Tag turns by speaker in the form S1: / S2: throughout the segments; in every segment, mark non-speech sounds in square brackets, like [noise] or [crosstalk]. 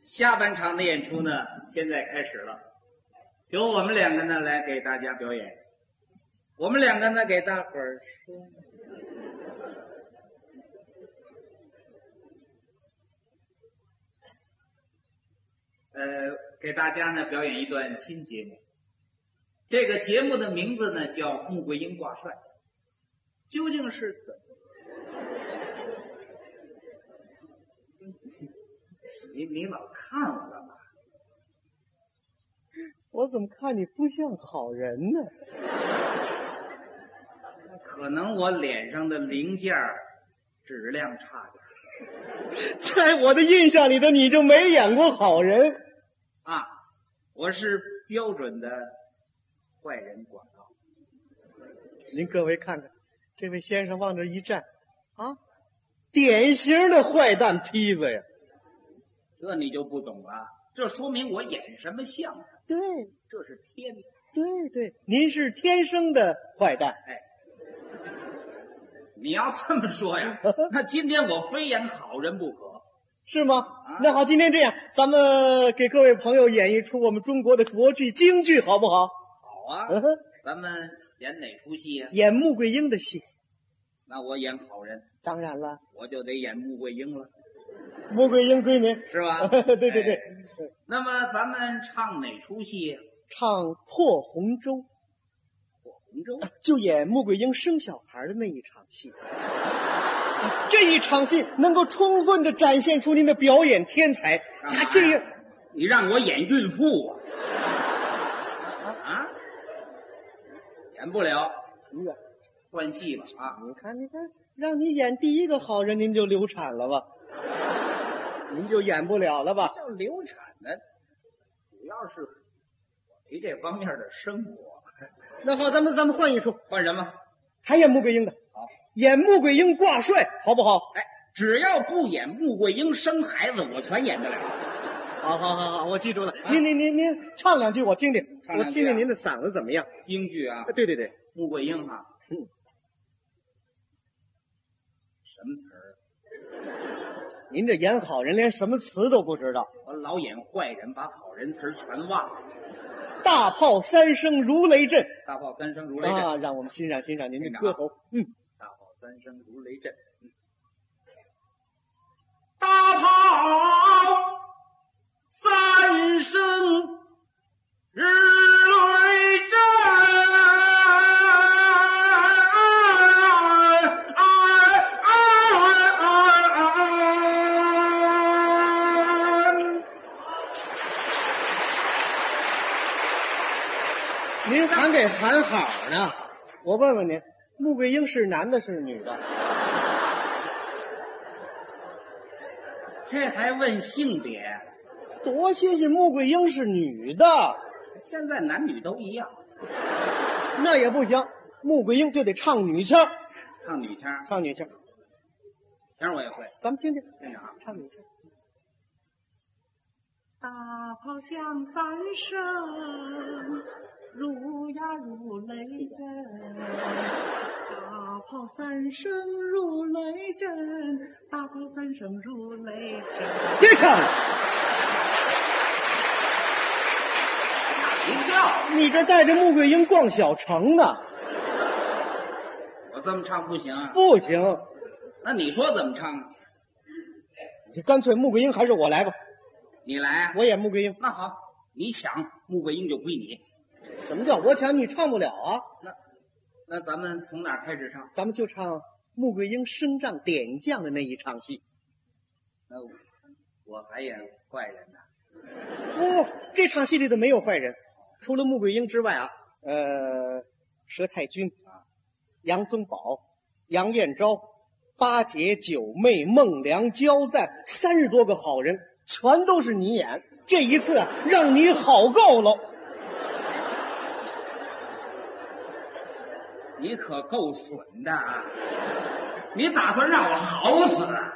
S1: 下半场的演出呢，现在开始了，由我们两个呢来给大家表演。我们两个呢给大伙儿说，呃，给大家呢表演一段新节目。这个节目的名字呢叫《穆桂英挂帅》，究竟是怎么？你你老看我干嘛？
S2: 我怎么看你不像好人呢？
S1: 可能我脸上的零件儿质量差点儿
S2: [laughs] 在我的印象里头，你就没演过好人。
S1: 啊，我是标准的坏人广告。
S2: 您各位看看，这位先生往这一站，啊，典型的坏蛋坯子呀！
S1: 这你就不懂了，这说明我演什么相声，
S2: 对
S1: 这是天才。
S2: 对对，您是天生的坏蛋。
S1: 你要这么说呀，那今天我非演好人不可。
S2: 是吗？那好，今天这样，咱们给各位朋友演一出我们中国的国剧京剧，好不好？
S1: 好啊，
S2: 嗯哼，
S1: 咱们演哪出戏呀、
S2: 演穆桂英的戏，
S1: 那我演好人，
S2: 当然了，
S1: 我就得演穆桂英了，
S2: 穆桂英归您。 [laughs]
S1: 是吧？ [laughs]
S2: 对对对，
S1: 哎那么咱们唱哪出戏呀？
S2: 唱《破红州》。
S1: 洪州。
S2: 就演穆桂英生小孩的那一场戏。啊这一场戏能够充分的展现出您的表演天才。
S1: 干嘛
S2: 他
S1: 呀
S2: 这样，
S1: 你让我演孕妇啊？ [laughs] 啊，演不了，
S2: 您看，
S1: 换戏吧啊！
S2: 你看，你看，让你演第一个好人，您就流产了吧？您就演不了了吧？
S1: 叫流产的，主要是我没这方面的生活。
S2: 那好，咱们咱们换一出，
S1: 换什么？
S2: 还演穆桂英的，
S1: 好，
S2: 演穆桂英挂帅，好不好？
S1: 哎，只要不演穆桂英生孩子，我全演得了。
S2: 好好好好，我记住了。啊您您您您唱两句，我听听，
S1: 唱
S2: 我
S1: 两句啊
S2: 听听您的嗓子怎么样？
S1: 京剧啊，
S2: 对对对，
S1: 穆桂英啊，
S2: 嗯
S1: 什么词儿？
S2: 您这演好人连什么词都不知道。
S1: 我老演坏人，把好人词儿全忘了。
S2: 大炮三声如雷震
S1: 大炮三声如雷震，哎
S2: 啊！让我们欣赏欣赏您的歌喉。嗯，
S1: 大炮三声如雷震。大炮三声如雷震。
S2: 您喊给喊好呢。我问问您，穆桂英是男的，是女的？
S1: 这还问性别？
S2: 多谢谢穆桂英是女的，
S1: 现在男女都一样，
S2: 那也不行，穆桂英就得唱女腔，
S1: 唱女腔，
S2: 唱女腔，
S1: 腔我也会。
S2: 咱们听听，
S1: 院长，
S2: 唱女腔。
S3: 大炮响三声，如呀如雷震。大炮三声如雷震，大炮三声如雷震。
S2: 别唱了，
S1: 一跳。
S2: 你这带着穆桂英逛小城呢，
S1: 我这么唱不行啊？
S2: 不行。
S1: 那你说怎么唱啊？
S2: 你干脆穆桂英还是我来吧，
S1: 你来啊？
S2: 我演穆桂英。
S1: 那好，你抢穆桂英就归你。
S2: 什么叫我抢你唱不了啊？
S1: 那咱们从哪儿开始唱？
S2: 咱们就唱穆桂英升帐点将的那一场戏。
S1: 那我我还演坏人呢。
S2: 不、这场戏里头没有坏人，除了穆桂英之外啊，呃，佘太君
S1: 啊、
S2: 杨宗保、杨艳昭、八姐、九妹、孟良、焦赞，三十多个好人，全都是你演。这一次啊，让你好够了。
S1: 你可够损的啊！你打算让我好死啊？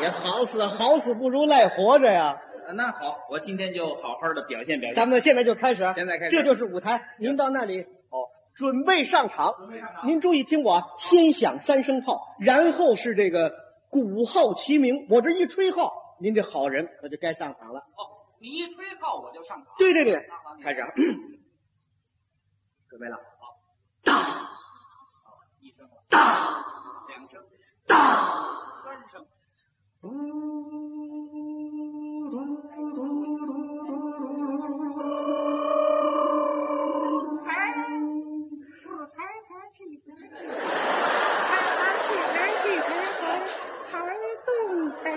S2: 也好死，好死不如赖活着呀！
S1: 啊那好，我今天就好好的表现表现。
S2: 咱们现在就开始啊，
S1: 现在开始
S2: 这就是舞台。您到那里哦，准备上场。
S1: 备上场
S2: 您注意听我，啊，先响三声炮，然后是这个鼓号齐鸣。我这一吹号，您这好人可就该上场了。
S4: 哦，你一吹号我就上场。
S2: 对对对
S4: 麻烦你
S2: 开始 [clears throat] 啊
S4: 准备了，好，哒，一声，哒，两声，哒，三声，
S3: 财，我财财气财气，财财气财气财财财动财。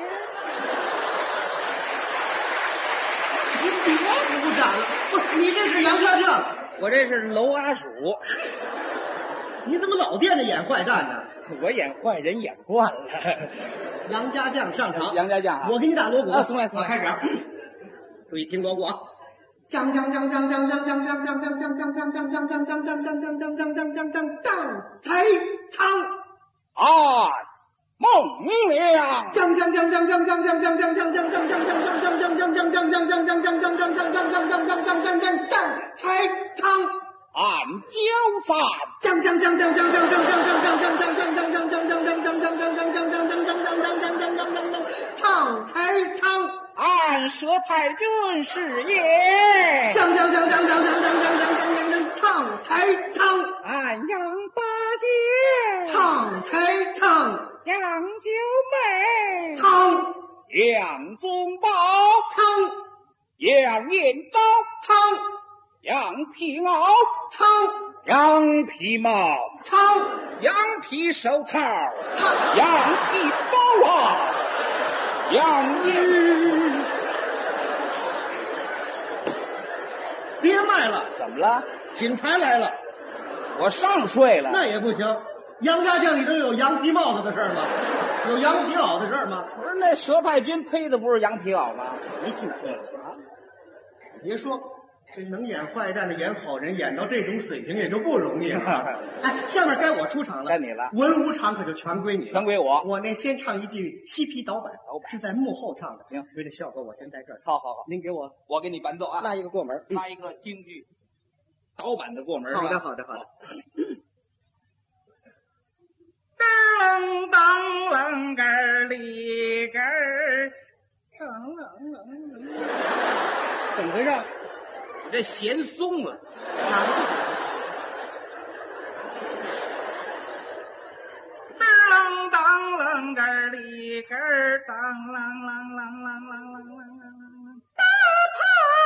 S2: 您别鼓掌了，不，你这是杨家将，
S1: 我这是楼阿鼠，
S2: 你怎么老惦着演坏蛋呢？
S1: 我演坏人演惯了。
S2: 杨家将上场，
S1: 杨家将啊
S2: 我给你打锣鼓
S1: 啊松开松开
S2: 好开始啊，注意听锣鼓
S1: [laughs]
S2: 啊！锵锵锵锵锵锵锵锵锵锵锵锵锵锵锵锵锵锵锵锵锵锵锵锵锵，财仓。
S1: [laughs] 啊，孟良，
S2: 锵锵锵锵锵锵锵锵锵锵锵锵锵锵锵锵锵锵锵锵锵锵锵锵锵锵锵锵锵锵锵锵锵财仓。
S1: 俺焦散，
S2: 锵锵锵锵锵锵锵锵锵锵锵锵锵锵锵锵锵锵锵锵锵锵锵锵锵锵锵锵锵锵锵锵唱财仓。
S1: 俺佘太君是也，
S2: 锵锵锵锵锵锵锵锵锵锵锵锵，唱才唱，
S1: 俺杨八戒，
S2: 唱才唱，
S1: 杨九妹，
S2: 唱
S1: 杨宗保，
S2: 唱
S1: 杨延昭，
S2: 唱
S1: 杨皮袄，
S2: 唱
S1: 杨皮帽，
S2: 唱
S1: 羊皮手套，
S2: 唱，
S1: 羊皮包啊，羊衣。
S2: 别卖了，
S1: 怎么了？
S2: 警察来了，
S1: 我上税了。
S2: [laughs] 那也不行。杨家将里头有羊皮帽子的事儿吗？有羊皮袄的事儿吗？
S1: 不是那佘太君披的不是羊皮袄吗？
S2: 没听说过啊！别说，这能演坏蛋的演好人，演到这种水平也就不容易
S1: [laughs]
S2: 了。哎，下面该我出场了，
S1: 该你了
S2: 文武场可就全归你了，
S1: 全归我
S2: 我那先唱一句西皮导板，
S1: 导板
S2: 是在幕后唱的。
S1: 行
S2: 为了效果，我先在这儿唱。
S1: 好好好，
S2: 您给我
S1: 我给你伴奏啊，
S2: 拉一个过门。嗯
S1: 拉一个京剧，导板的过门
S2: 好的，好的，好的。
S1: 当当啷个儿里个儿，
S2: 怎么回事？
S1: 这弦松了。当当啷个儿里个儿，当啷啷啷啷啷啷啷啷啷啷。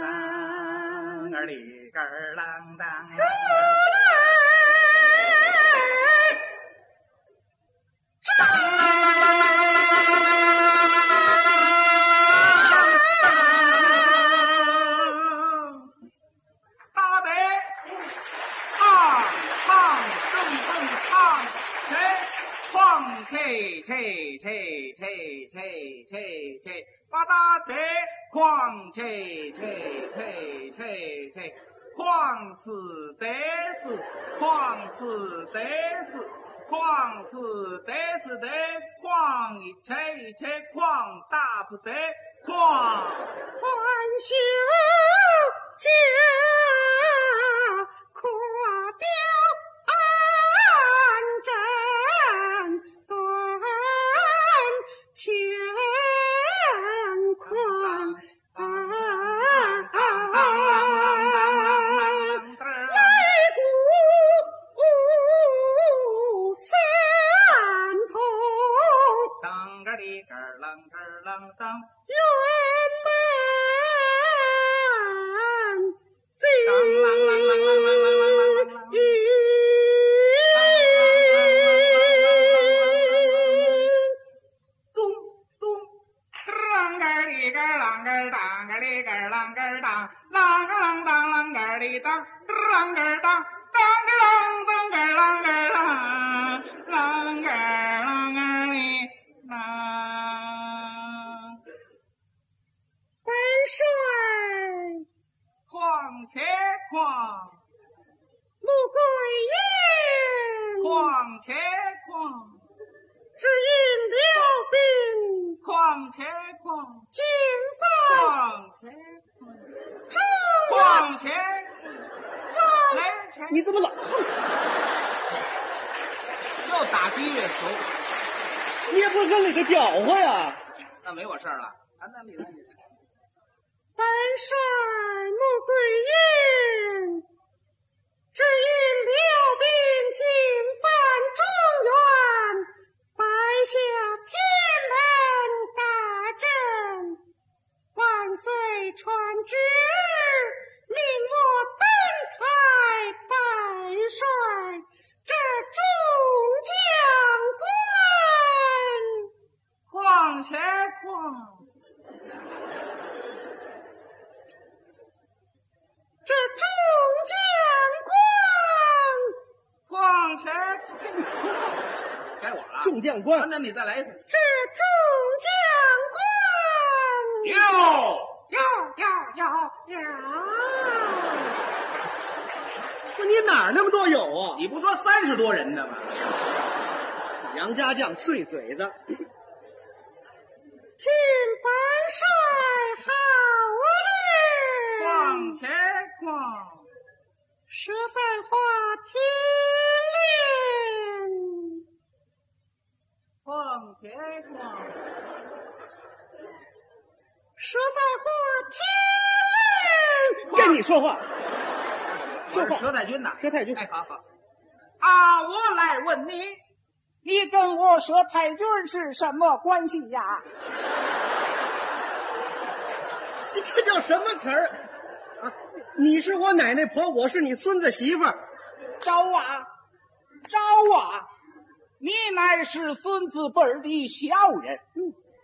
S1: 啷个儿里个儿，啷当啷。大得唱唱正正唱，谁唱切切切切切切切，把大得狂切切切切切，狂死得死，狂死得死。狂死得死得，狂一切一切，狂大不得，狂。
S3: 宽袖加阔貂安枕短乾坤。擂鼓三通，
S1: 当个里个儿啷个儿啷当，
S3: 圆满金玉。
S1: 咚咚，啷个儿里个儿啷个儿当个里个儿啷个儿当，啷个啷当啷个儿里当，啷个儿当，当个啷当个儿啷个儿啷，啷个儿啷个儿里啷，
S3: 本帅
S1: 况且况，
S3: 穆桂英
S1: 况且况。
S3: 只因辽兵
S5: 况且况
S3: 金
S5: 况且
S3: 这
S5: 况且来钱
S2: 你怎么老
S5: 又打击越熟，
S2: 你也不跟里头搅和
S1: 啊
S2: 呀？
S5: 那没我事儿了。啊，那你来你来，
S3: 本是穆桂英，只因刘病进犯中原，白下天门大阵，万岁传旨，命我登台拜帅这众将官。
S5: 况且况。
S3: 这众将官，
S5: 况且该我了。
S2: 众将
S5: 啊
S2: 官，
S5: 那你再来一次。
S3: 这众将官，
S5: 哟，
S3: 要要要要！
S2: 不你哪儿那么多有啊？
S5: 你不说三十多人呢吗？
S2: 杨家将碎嘴子，
S3: 听本帅好令，
S5: 况且况，
S3: 十三花听令，
S5: 况且况，
S3: 十三花听令，
S2: 跟你说话，说
S5: 我是
S2: 话，
S5: 佘太君呐。
S2: 佘太君
S5: 哎，好好。啊，我来问你，你跟我佘太君是什么关系呀？
S2: 这这叫什么词儿？啊，你是我奶奶婆，我是你孙子媳妇儿，
S5: 招啊，招啊！你乃是孙子辈儿的小人，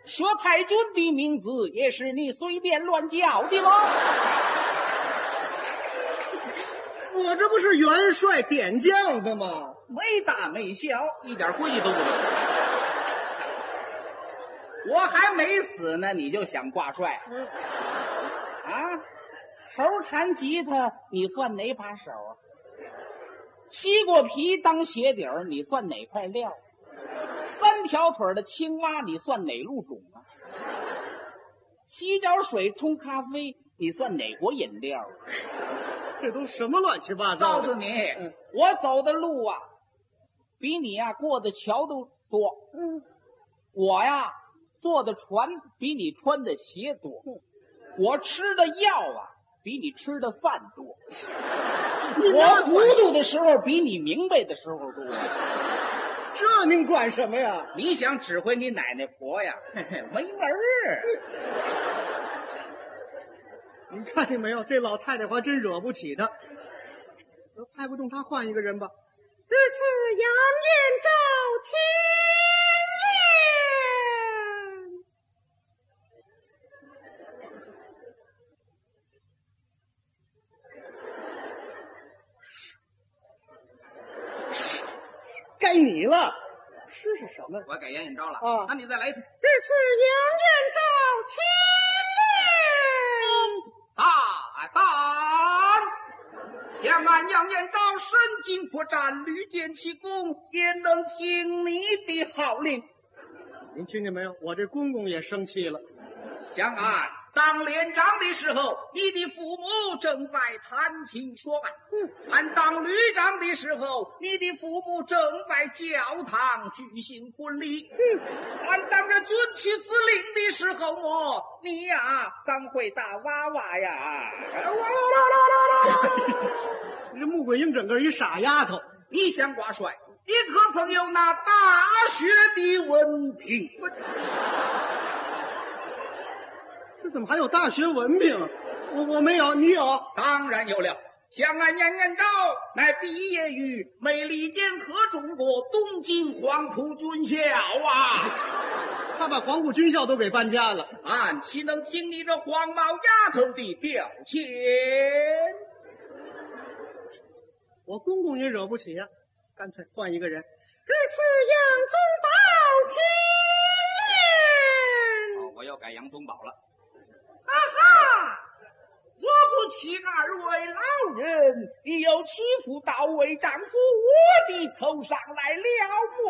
S5: 佘太君的名字也是你随便乱叫的吗？
S2: 我这不是元帅点将的吗？
S5: 没大没小，一点规矩都不懂。我还没死呢，你就想挂帅？啊，猴弹吉他，你算哪把手啊？西瓜皮当鞋底儿，你算哪块料？啊三条腿儿的青蛙，你算哪路种啊？洗脚水冲咖啡，你算哪国饮料啊？
S2: 这都什么乱七八糟
S5: 告诉
S2: 的？
S5: 你，我走的路啊，比你呀、过的桥都多。我呀坐的船比你穿的鞋多。我吃的药啊比你吃的饭多。我糊涂的时候比你明白的时候多。
S2: 这您管什么呀？
S5: 你想指挥你奶奶婆呀？ [laughs] 嘿嘿没门儿！
S2: 你看见没有？这老太太还真惹不起她。呃拍不动她，换一个人吧。
S3: 日次杨艳照天令，
S2: 该你了。诗是什么？
S5: 我改杨引招了
S2: 啊
S5: 那你再来一次。
S3: 日次杨艳照天令，
S5: 啊大胆！想俺杨延昭身经破战，屡建奇功，也能听你的号令。
S2: 您听见没有？我这公公也生气了。
S5: 想俺当连长的时候，你的父母正在谈情说爱；嗯俺当旅长的时候，你的父母正在教堂举行婚礼；俺当着军区司令的时候么，你呀、刚会打娃娃呀。
S2: 这穆桂英整个一傻丫头，
S5: 你想挂帅，你可曾有那大学的文凭？
S2: 这怎么还有大学文凭？我我没有，你有？
S5: 当然有了。想俺杨延昭乃毕业于美利坚合众国东京黄埔军校啊！
S2: 他把皇姑军校都给搬家了。
S5: 俺岂能听你这黄毛丫头的调遣？
S2: 我公公也惹不起呀、干脆换一个人。
S3: 日次杨宗保天令，
S5: 哦，我要改杨宗保了。
S3: 啊哈！
S5: 我不欺二位老人，你又欺负到位丈夫我的头上来了么？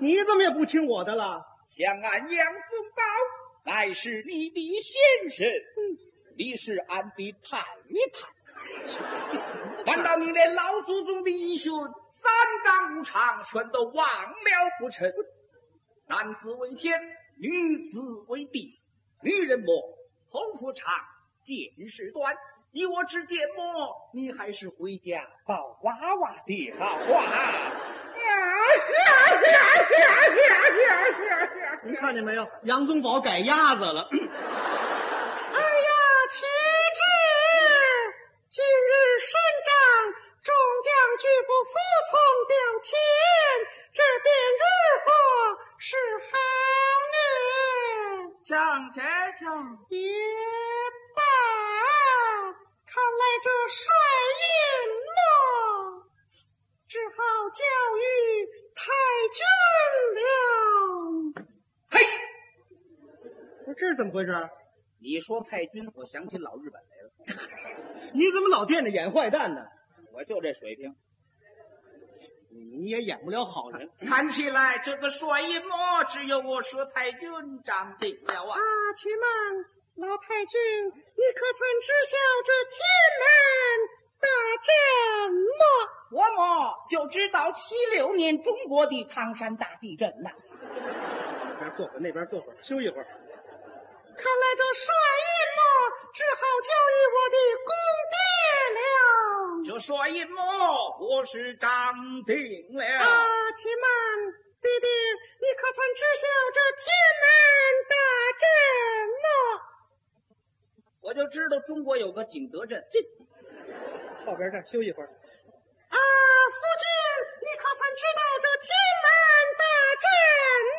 S2: 你怎么也不听我的了？
S5: 向安阳宗保，乃是你的先生，你是俺的太太。难道你连老祖宗的遗训三纲五常全都忘了不成？男子为天，女子为地，女人莫，头发长，见识短。以我之见么？你还是回家抱娃娃的好啊！
S2: 您看见没有？杨宗保改鸭子了。
S3: 哎呀，旗帜！近日伸张，众将拒不服从调遣，这便如何是好呢？
S5: 向前冲！
S3: 也罢，看来这帅印呐，只好教育太君了。
S5: 嘿，
S2: 不是这是怎么回事？
S5: 你说太君，我想起老日本来了。
S2: 你怎么老惦着演坏蛋呢？
S5: 我就这水平。
S2: 你也演不了好人。
S5: 看起来这个帅印么，只有我说太君长定了啊
S3: 啊！，且慢，老太君，你可曾知晓这天门大战么？
S5: 我么就知道七六年中国的唐山大地震呐、
S2: 这边坐会儿，那边坐会儿，休息会儿。
S3: 看来这帅印么，只好教育我的公爹了。
S5: 这帅印么，我是长定了。
S3: 啊，且慢，爹爹，你可曾知晓这天门大战么？
S5: 我就知道中国有个景德镇，
S2: 到边站休息会儿。
S3: 啊，夫啊君，你可曾知道这天门大战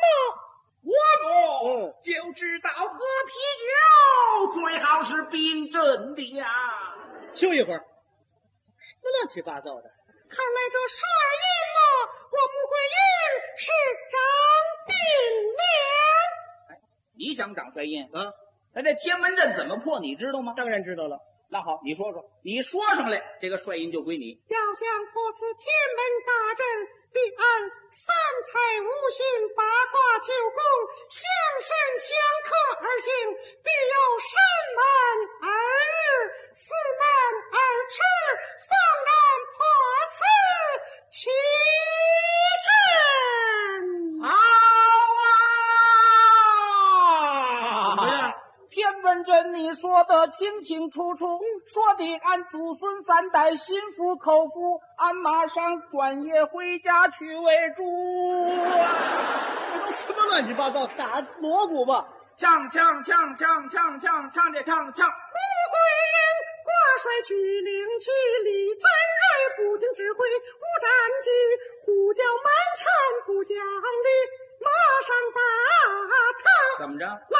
S3: 么？
S5: 我
S2: 嗯
S5: 不就知道喝啤酒最好是冰镇的呀。
S2: 休息会儿。什么乱七八糟的？
S3: 看来这帅印呢，我穆桂英是长定了。
S5: 你想长帅印，
S2: 啊，
S5: 那这天门阵怎么破，你知道吗？
S2: 当然知道了。
S5: 那好，你说说，你说上来，这个帅印就归你。
S3: 要想破此天门大阵，必按三才五行、八卦九宫相生相克而行，必有山门而入，四门而出，方能破此奇阵。
S5: 好啊！
S2: 怎么样？
S5: 天门阵你说的清清楚楚，说的俺祖孙三代心服口服，俺马上转业回家去喂猪。
S2: 这都什么乱七八糟？打锣鼓吧。
S5: 呛呛呛呛呛呛呛这呛呛，
S3: 穆桂英挂帅举灵旗，李增瑞不听指挥无战绩，胡叫蛮缠不讲理，马上把他
S5: 怎么着？
S3: 来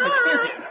S3: 枪毙呀！